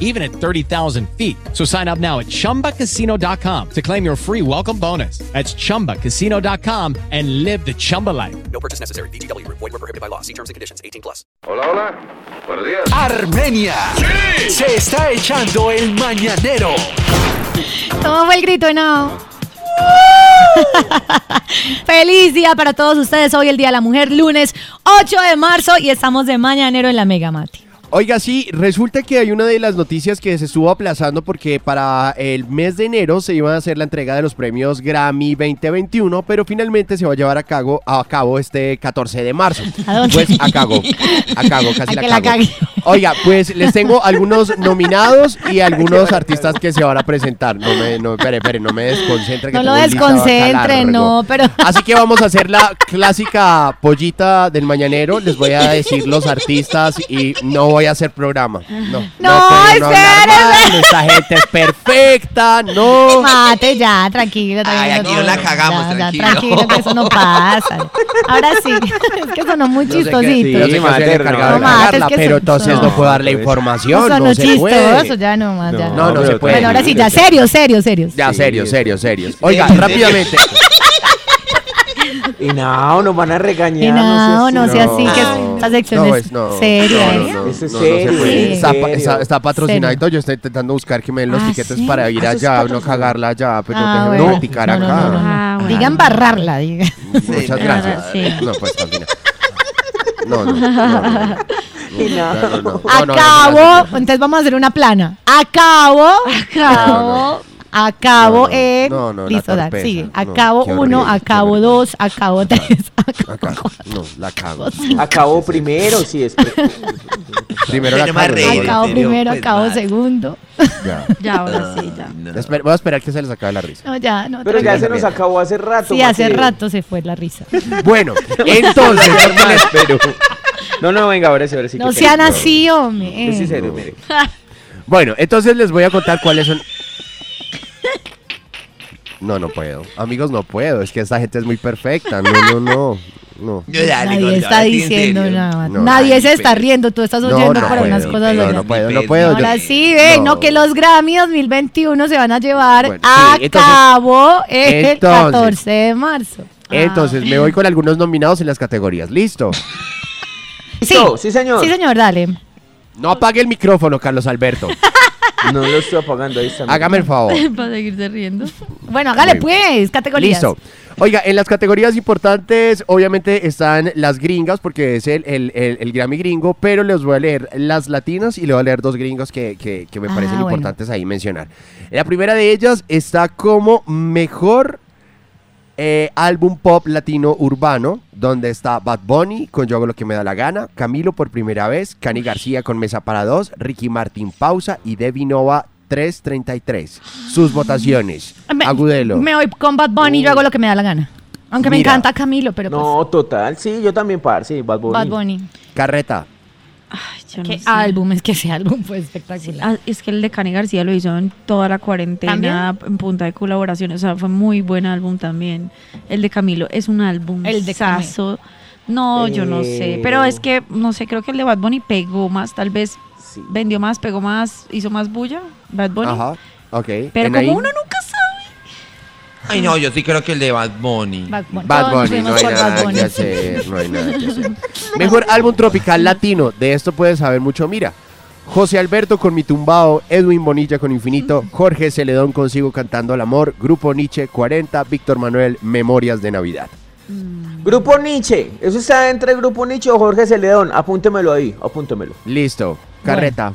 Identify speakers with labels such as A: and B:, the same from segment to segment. A: even at 30,000 feet. So sign up now at ChumbaCasino.com to claim your free welcome bonus. That's ChumbaCasino.com and live the Chumba life.
B: No purchase necessary. BGW. Void were prohibited by law. See terms and conditions. 18 plus.
C: Hola, hola. Buenos días.
D: Armenia se está echando el mañanero.
E: ¿Cómo fue el grito, no? Feliz día para todos ustedes. Hoy el Día de la Mujer, lunes 8 de marzo y estamos de mañanero en la Mega Mati.
F: Oiga, sí, resulta que hay una de las noticias que se estuvo aplazando porque para el mes de enero se iba a hacer la entrega de los premios Grammy 2021, pero finalmente se va a llevar a cabo, a cabo este 14 de marzo.
E: ¿A dónde?
F: Pues a cago, a cago, casi
E: A
F: la
E: que la
F: cago.
E: cague.
F: Oiga, pues les tengo algunos nominados y algunos artistas que se van a presentar. No me, no, espere, espere, no me desconcentre. que
E: No lo
F: tengo un listado acá
E: desconcentre,
F: largo.
E: no, pero-
F: Así que vamos a hacer la clásica pollita del mañanero. Les voy a decir los artistas y no voy a hacer programa. No,
E: No,
F: puedo hablar
E: espérese.
F: mal, Esta gente es perfecta, no.
E: Mate ya, tranquilo.
D: Ay,
E: tranquilo,
D: aquí no la
E: tranquilo.
D: cagamos,
E: Ya, ya,
D: tranquilo.
E: tranquilo, que eso no pasa. Ahora sí, es que sonó muy chistosito.
F: Yo sé que soy el encargado de
E: No, mate, es
F: cagarla,
E: que
F: pero
E: son-
F: entonces
E: no.
F: no puedo darle
D: pues.
F: información,
E: sonó
F: no se
E: chistoso,
F: puede.
E: ya no más, ya no.
F: No, no se puede.
E: Bueno, ahora sí, ya, serios, serios, serios.
F: Ya, serios, serios, serios. Oiga,
D: Sí, sí.
F: rápidamente.
G: Y no, nos van a regañar.
E: Y no, no
G: así.
E: sea así, que
F: No.
E: esta sección
F: No,
E: es
F: es- no.
E: seria.
F: No,
E: ¿eh?
F: no, no,
G: Ese es
F: no, no se
G: serio,
F: puede.
E: sí.
F: Está, pa-
G: serio.
F: está- está patrocinado y
E: Serio.
F: todo. Yo estoy intentando buscar que me den los
E: Ah,
F: tickets
E: ¿sí?
F: para ir
E: Ah, eso es
F: allá, no
E: patrocinado.
F: cagarla allá, pues, pero
E: Ah,
F: déjeme
E: bueno.
F: practicar
E: No, no, no, no, no.
D: Ah,
F: acá.
E: Digan barrarla, digan.
F: Muchas
D: Sí,
F: gracias.
E: nada, sí.
F: No, pues también. No, no. no, no, no, no. No, no, no, no, no, no,
E: Acabo, entonces vamos a hacer una plana. Acabo, acabo,
F: No,
E: acabo
F: no,
E: en.
F: no, no, la
E: Listo, dale,
F: torpeza.
E: sigue.
F: No,
E: Acabo
F: qué
E: uno,
F: horrible,
E: acabo
F: qué
E: dos, acabo tres, acabo
F: Acá.
E: cuatro.
F: No, la cago.
G: Acabó primero, sí, es.
F: Primero la
D: Yo no me
F: cago. luego
D: reí,
F: la-
E: Acabo
D: en serio,
E: primero,
D: pues,
E: acabo
D: mal.
E: segundo.
F: Ya.
H: Ya, ahora sí, ya.
F: Espera, Voy a esperar que se les acabe la risa.
E: No, ya, no.
G: Pero ya
E: tranquilo.
G: se nos acabó hace rato.
E: Sí, hace
G: Mateo.
E: rato se fue la risa.
F: Bueno, entonces,
G: No, no, venga, ahora sí, ahora sí.
E: No
G: qué pena.
E: sean así,
G: Es
E: hombre. eh.
G: sincero, mire.
F: bueno, entonces les voy a contar cuáles son. No, no puedo. Amigos, no puedo. Es que esta gente es muy perfecta. No, no, no. No.
D: Yo ya digo,
E: Nadie está
D: ahora sí, en
E: diciendo
D: serio.
E: nada.
F: No,
E: Nadie
D: ay,
E: se está
D: pero-
E: riendo, tú estás
F: No,
E: oyendo
F: no
E: para
F: puedo,
E: unas
F: no
E: cosas.
F: puedo,
E: de-
F: no puedo.
E: Ahora
F: yo-
E: sí, ven, no.
F: no.
E: que los Grammy 2021 se van a llevar
F: Bueno,
E: a
F: sí, entonces-
E: cabo el
F: entonces.
E: 14 de marzo.
F: Entonces, me voy con algunos nominados en las categorías. Listo.
E: Ah, Sí,
G: No, sí, señor.
E: sí, señor, dale.
F: No apague el micrófono, Carlos Alberto.
G: No lo estoy apagando, ahí está.
F: Hágame el favor.
H: Para seguirse riendo.
E: Bueno, hágale
F: Muy
E: pues, categorías.
F: Listo. Oiga, en las categorías importantes, obviamente están las gringas, porque es el, el, el- el Grammy gringo, pero les voy a leer las latinas y le voy a leer dos gringos que, que- que me
E: Ah,
F: parecen
E: bueno.
F: importantes ahí mencionar. La primera de ellas está como mejor eh, álbum pop latino urbano, donde está Bad Bunny con Yo hago lo que me da la gana, Camilo por primera vez, Cani García con Mesa para dos, Ricky Martin Pausa y Debbie Nova 333. Sus votaciones.
E: Me-
F: Agudelo.
E: Me voy con Bad Bunny y yo hago lo que me da la gana. Aunque me
F: Mira.
E: encanta Camilo, pero
G: No, total, sí, yo también par, sí, Bad Bunny.
E: pues, Bad Bunny.
F: Carreta.
H: Ay, yo no
E: Qué
H: sé.
E: álbum, es que ese álbum fue espectacular.
H: Ah, es que el de Cani García lo hizo en toda la cuarentena, en punta de colaboración. O sea, fue muy buen álbum también. El de Camilo es un álbum.
E: El de Camilo.
H: sazo. No, yo no
F: Eh,
H: sé. Pero
G: Pero-
H: es que, no sé, creo que el de Bad Bunny pegó más. Tal vez
G: Sí.
H: vendió más, pegó más, hizo más bulla. Bad Bunny.
F: Ajá. Ok.
H: Pero
F: en
H: como
F: ahí-
H: uno nunca sabe.
D: Ay, no, yo sí creo que el de Bad Bunny.
E: Bad Bunny.
F: Bad
E: Todos
F: Bunny,
E: fuimos
F: no hay
E: por Bad
F: nada
E: Bunny.
F: que hacer, no hay nada que hacer. Mejor álbum tropical latino, de esto puedes saber mucho, mira. José Alberto con Mi Tumbao, Edwin Bonilla con Infinito, Jorge Celedón consigo cantando al amor, Grupo Nietzsche 40, Víctor Manuel Memorias de Navidad.
G: Grupo Nietzsche. Eso está entre Grupo Nietzsche o Jorge Celedón. Apúntemelo ahí, apúntemelo.
F: Listo. Carreta.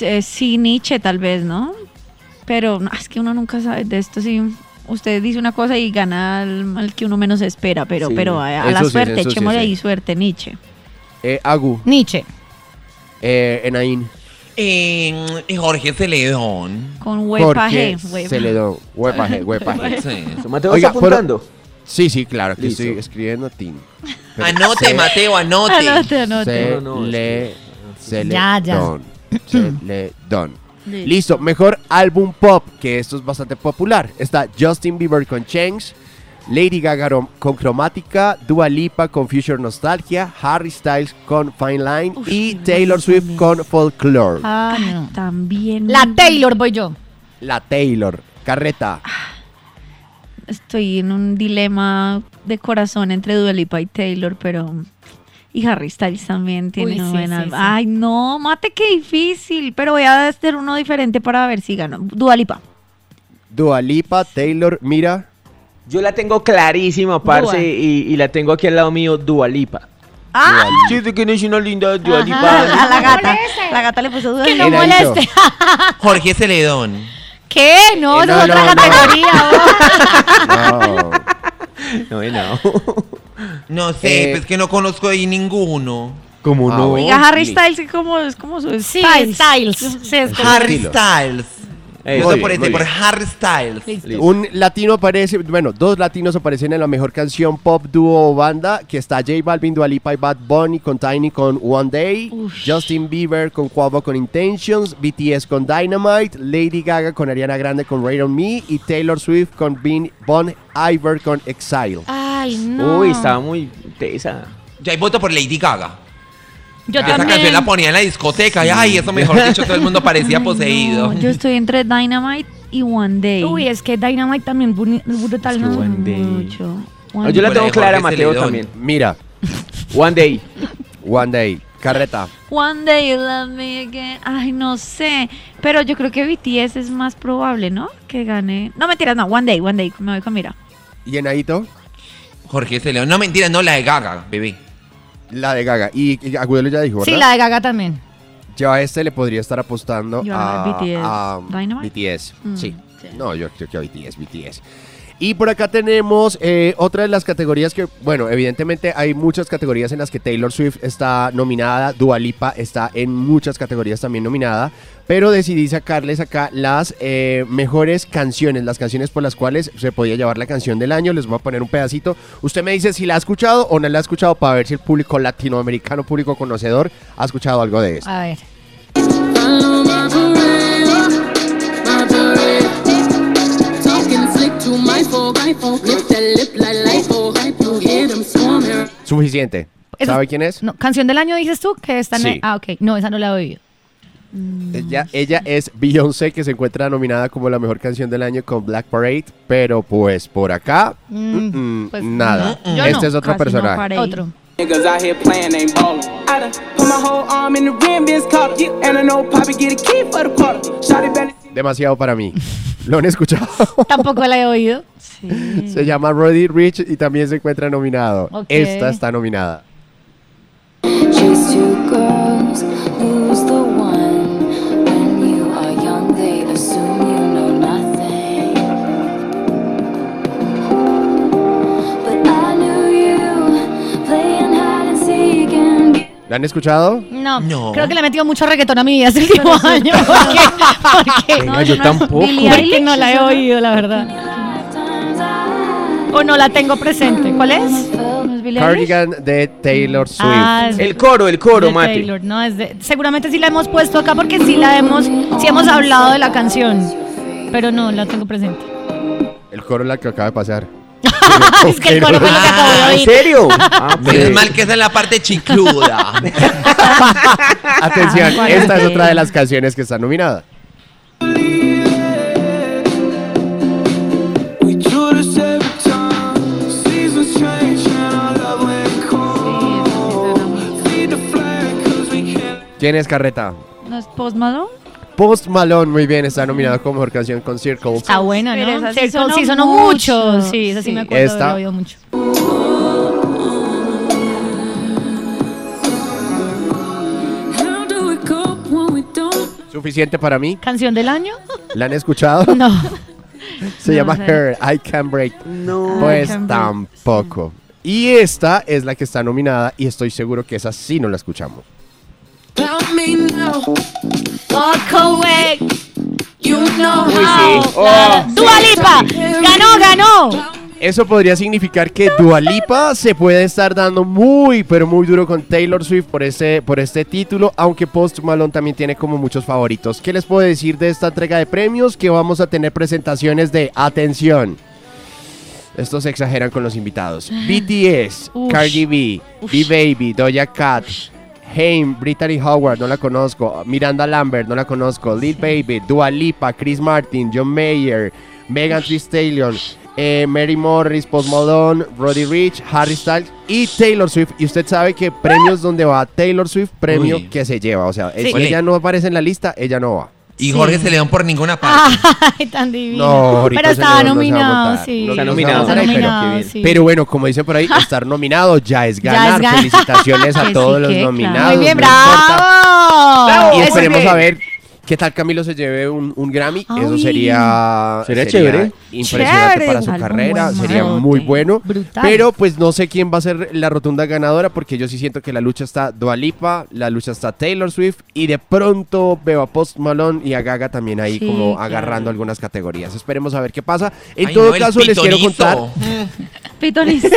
H: Eh, Sí, Nietzsche tal vez, ¿no? Pero no, es que uno nunca sabe de esto, sí. Usted dice una cosa y gana al, al que uno menos espera, pero,
G: Sí,
H: pero a, a
F: eso
H: la
F: sí,
H: suerte,
F: eso sí,
H: echémosle
F: sí.
H: ahí suerte, Nietzsche.
F: Eh, Agu.
E: Nietzsche.
F: Eh, Enaín.
I: Eh, Jorge Celedón.
H: Con huepa
F: Jorge
H: G. huepa.
F: Celedón. Huepaje, huepaje.
I: Sí.
G: Mateo
F: Oiga,
G: está apuntando.
F: Sí, sí, claro. Aquí
G: Listo.
F: estoy escribiendo Tin.
I: Anote, Mateo, anote.
H: Anote, anote.
F: Se
G: No, no, es
F: le. Se le.
E: Ya, ya.
F: Don. Se le. Don. Listo. Mejor álbum pop, que esto es bastante popular. Está Justin Bieber con Change. Lady Gaga rom- con Cromática, Dua Lipa con Future Nostalgia, Harry Styles con Fine Line
H: Uf,
F: y
H: no,
F: Taylor
H: esa
F: Swift
H: me-
F: con Folklore.
E: Ah,
H: Ay,
E: no.
H: También.
E: La Taylor voy yo.
F: La Taylor. Carreta.
H: Estoy en un dilema de corazón entre Dua Lipa y Taylor, pero. Y Harry Styles también tiene
E: Uy,
H: un
E: sí,
H: buen
E: sí,
H: álbum.
E: sí.
H: Ay, no, mate, qué difícil. Pero voy a hacer uno diferente para ver si gano. Dua Lipa.
F: Dua Lipa, Taylor, mira.
G: Yo la tengo clarísima,
H: Dua.
G: parce, y, y la tengo aquí al lado mío, Dualipa.
H: ¡Ah!
G: Sí, tú que no es una linda
H: Ajá, a
G: Dualipa.
H: la gata. La gata le puso Dua
E: Que no
H: Lipa.
F: Era yo.
E: moleste.
I: Jorge Celedón.
E: ¿Qué? No,
F: Eh,
E: esa Oh, es
F: no,
E: otra
F: no, no.
E: categoría. oh.
F: No.
G: No, no.
I: No sé,
F: Eh.
I: pues que no conozco ahí ninguno.
G: ¿Cómo
F: Ah,
G: no?
F: bueno.
H: Oiga, Harry Styles es como, es como su
E: Sí,
H: Styles.
E: Styles. Sí, es como-
I: Harry
F: estilo.
I: Styles.
G: Ey,
I: Yo
F: muy
I: sé
F: bien,
I: por
F: muy
I: ese, por
F: bien.
I: Harry Styles.
G: Listo.
F: Un latino aparece, bueno, dos latinos aparecen en la mejor canción pop, dúo o banda, que está J Balvin, Dua Lipa y Bad Bunny con Tiny con One Day, Justin Bieber con Quavo con Intentions, BTS con Dynamite, Lady Gaga con Ariana Grande con Rain On Me y Taylor Swift con Bin- Bon Iver con Exile.
E: Ay, no.
G: Uy, estaba muy tesa.
I: Yo ahí voto por Lady Gaga.
E: Yo
I: Esa canción
E: también.
I: la ponía en la discoteca. Y, ay, eso mejor dicho, todo el mundo parecía
H: Ay,
I: poseído.
H: no, yo estoy entre Dynamite y One Day.
E: Uy, es que Dynamite también buni- brutal.
G: Es que
E: ¿no?
G: One Day.
H: Mucho. One
G: Ah, yo la
I: Por
G: tengo
I: ahí,
G: clara,
I: Jorge
G: Mateo
I: Celedón.
G: también.
F: Mira,
G: One Day.
F: One Day, carreta.
H: One day you love me again. Ay, no sé. Pero yo creo que BTS es más probable, ¿no? Que gane. No, mentiras, no. One day, one day. Me voy con mira.
F: Y Enadito,
I: Jorge Celedón. No, mentira, no, la de Gaga, bebé.
F: la de Gaga. Y, y Agudelo ya dijo, ¿verdad?
E: Sí, la de Gaga también.
F: Yo a este le podría estar apostando
H: Yo a
F: a,
H: BTS.
F: a
H: ¿Dynamite?
F: BTS.
H: Mm,
F: sí.
H: sí.
F: No, yo creo que a BTS, BTS. Y por acá tenemos eh, otra de las categorías que, bueno, evidentemente hay muchas categorías en las que Taylor Swift está nominada, Dua Lipa está en muchas categorías también nominada, pero decidí sacarles acá las eh, mejores canciones, las canciones por las cuales se podía llevar la canción del año. Les voy a poner un pedacito. Usted me dice si la ha escuchado o no la ha escuchado para ver si el público latinoamericano, público conocedor, ha escuchado algo de esto.
E: A ver.
F: Suficiente.
E: Esa-
F: ¿Sabe quién es?
E: No, ¿Canción del año dices tú? Que está en
F: Sí.
E: el- Ah, ok. No, esa no la he oído.
F: Ella, ella es Beyoncé, que se encuentra nominada como la mejor canción del año con Black Parade, pero pues por acá,
E: Mm,
F: mm, mm,
E: pues,
F: nada.
E: no, yo
F: este
E: no,
F: es otro
H: casi no
F: personaje.
H: pare- Parade.
E: Otro.
D: Niggas out here playing, ain't ballin'. I done put my whole arm in the rim, Ben's caught up. And I know Poppy get a key for the quarter. Shotty belly.
F: Demasiado para mí. Lo han escuchado.
E: Tampoco la he oído.
F: se llama Roddy Rich y también se encuentra nominado.
E: Mm. Ok.
F: Esta está nominada. ¿La han escuchado?
E: No.
I: No.
E: Creo que le he metido mucho reggaetón a mi vida este último año. Porque, porque,
G: Venga, yo tampoco.
H: Billie
E: porque
H: Eilish,
E: no la he
H: ¿esa no?
E: oído, la verdad. O no la tengo presente. ¿Cuál es?
H: ¿No es Billie Eilish?
F: Cardigan de Taylor Swift.
E: Ah, es
G: El coro, el coro,
E: de
G: Mate.
E: Taylor, no, es de- seguramente sí la hemos puesto acá porque sí la hemos, sí hemos hablado de la canción, pero no la tengo presente.
F: El coro la que acaba de pasar.
E: es que el coro fue lo que acabo de
I: Ah,
G: ¿En
E: oír.
G: serio? Ah,
I: Menos
G: pues.
I: mal que esa es la parte chicluda.
F: Atención,
H: Juan
F: esta es
H: Gabriel.
F: otra de las canciones que está nominada.
D: We do this every time. Seasons change, and our love went cold. Feed the flame, 'cause we can't.
F: ¿Quién es Carreta?
H: ¿No es Post Malone?
F: Post Malone, muy bien, está nominado como mejor canción con Circles.
H: Ah,
E: Está buena,
H: Pero
E: Ah, ¿no?
H: esa sí
E: Circle
H: sonó
E: sí sonó
H: mucho.
E: mucho. Sí, esa sí,
H: Sí.
E: me acuerdo
F: Esta.
E: de oído mucho.
F: Suficiente para mí.
E: ¿Canción del año?
F: ¿La han escuchado?
E: No.
F: Se
H: No
F: llama
H: sé.
F: Her, I Can Break.
G: No.
F: Pues
H: Can Break,
F: tampoco. Y esta es la que está nominada y estoy seguro que esa sí no la escuchamos.
E: Walk away. You know
F: Uy, sí.
E: how.
F: Oh.
E: La- Dua Lipa. Ganó, ganó.
F: Eso podría significar que Dua Lipa se puede estar dando muy, pero muy duro con Taylor Swift por este, por este título, aunque Post Malone también tiene como muchos favoritos. ¿Qué les puedo decir de esta entrega de premios? Que vamos a tener presentaciones de atención. Estos se exageran con los invitados. BTS,
E: Ah. Ush.
F: Cardi B, B-Baby, Doja Cat, Haim, Brittany Howard, no la conozco. Miranda Lambert, no la conozco. Lil Baby, Dua Lipa, Chris Martin, John Mayer, Megan Thee Stallion, eh, Mary Morris, Post Malone, Roddy Rich, Harry Styles y Taylor Swift. Y usted sabe que premios donde va Taylor Swift, premio
I: Uy.
F: que se lleva. O sea, si
I: Ole.
F: ella no aparece en la lista, ella no va.
I: Y
E: Sí.
I: Jorge se le dan por ninguna parte.
E: Ay, tan divino.
F: No, ahorita
E: Pero estaba
F: señor, no se va a
E: nominado,
F: votar.
E: sí.
F: No
G: Está nominado,
E: Está
G: pero qué
E: nominado,
G: bien.
E: sí.
F: Pero bueno, como dicen por ahí, estar nominado ya es
E: Ya
F: ganar.
E: es ganar.
F: Felicitaciones
H: Que
F: a
H: sí,
F: todos los
H: que claro.
F: nominados.
E: Muy bien,
F: no importa.
E: bravo.
F: Y
E: Eso
F: esperemos
E: sí.
F: a ver qué tal Camilo se lleve un, un Grammy.
E: Ay.
F: Eso sería,
G: Sería chévere.
F: Impresionante
E: Chévere.
F: para su
H: Algo
F: carrera.
H: bueno.
F: Sería
H: Brutal.
F: muy bueno.
E: Brutal.
F: Pero pues no sé quién va a ser la rotunda ganadora porque yo sí siento que la lucha está Dua Lipa, la lucha está Taylor Swift y de pronto veo a Post Malone y a Gaga también ahí
H: Sí,
F: como
H: claro.
F: agarrando algunas categorías. Esperemos a ver qué pasa. En
I: Ay,
F: todo
I: no, el
F: caso les quiero
I: pitonizo.
F: contar
H: Pitonizo.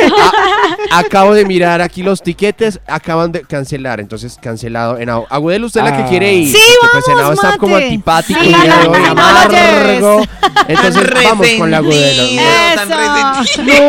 F: Acabo de mirar aquí los tiquetes, acaban de cancelar, entonces cancelado en Ao. Agudelo, usted la que
G: Ah.
F: quiere ir.
E: Sí,
F: porque, pues, en
E: vamos,
F: Ao está
E: mate.
F: como antipático,
E: Sí,
F: día de hoy,
E: no lo
F: amargo. Entonces
I: Tan
F: vamos con la Agudelo.
I: resentido,
E: Eh,
I: tan
E: Eso.
I: resentido.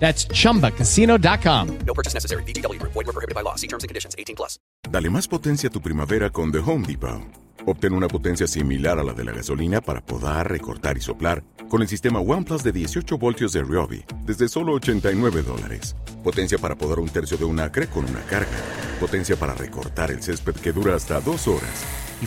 A: That's chumbacasino.com.
B: No purchase necessary. VGW Group. Void were prohibited by law. See terms and conditions. 18 plus.
J: Dale más potencia a tu primavera con The Home Depot. Obtén una potencia similar a la de la gasolina para podar, recortar y soplar con el sistema OnePlus de 18 voltios de Ryobi desde solo 89 dólares. Potencia para podar un tercio de un acre con una carga. Potencia para recortar el césped que dura hasta dos horas. Y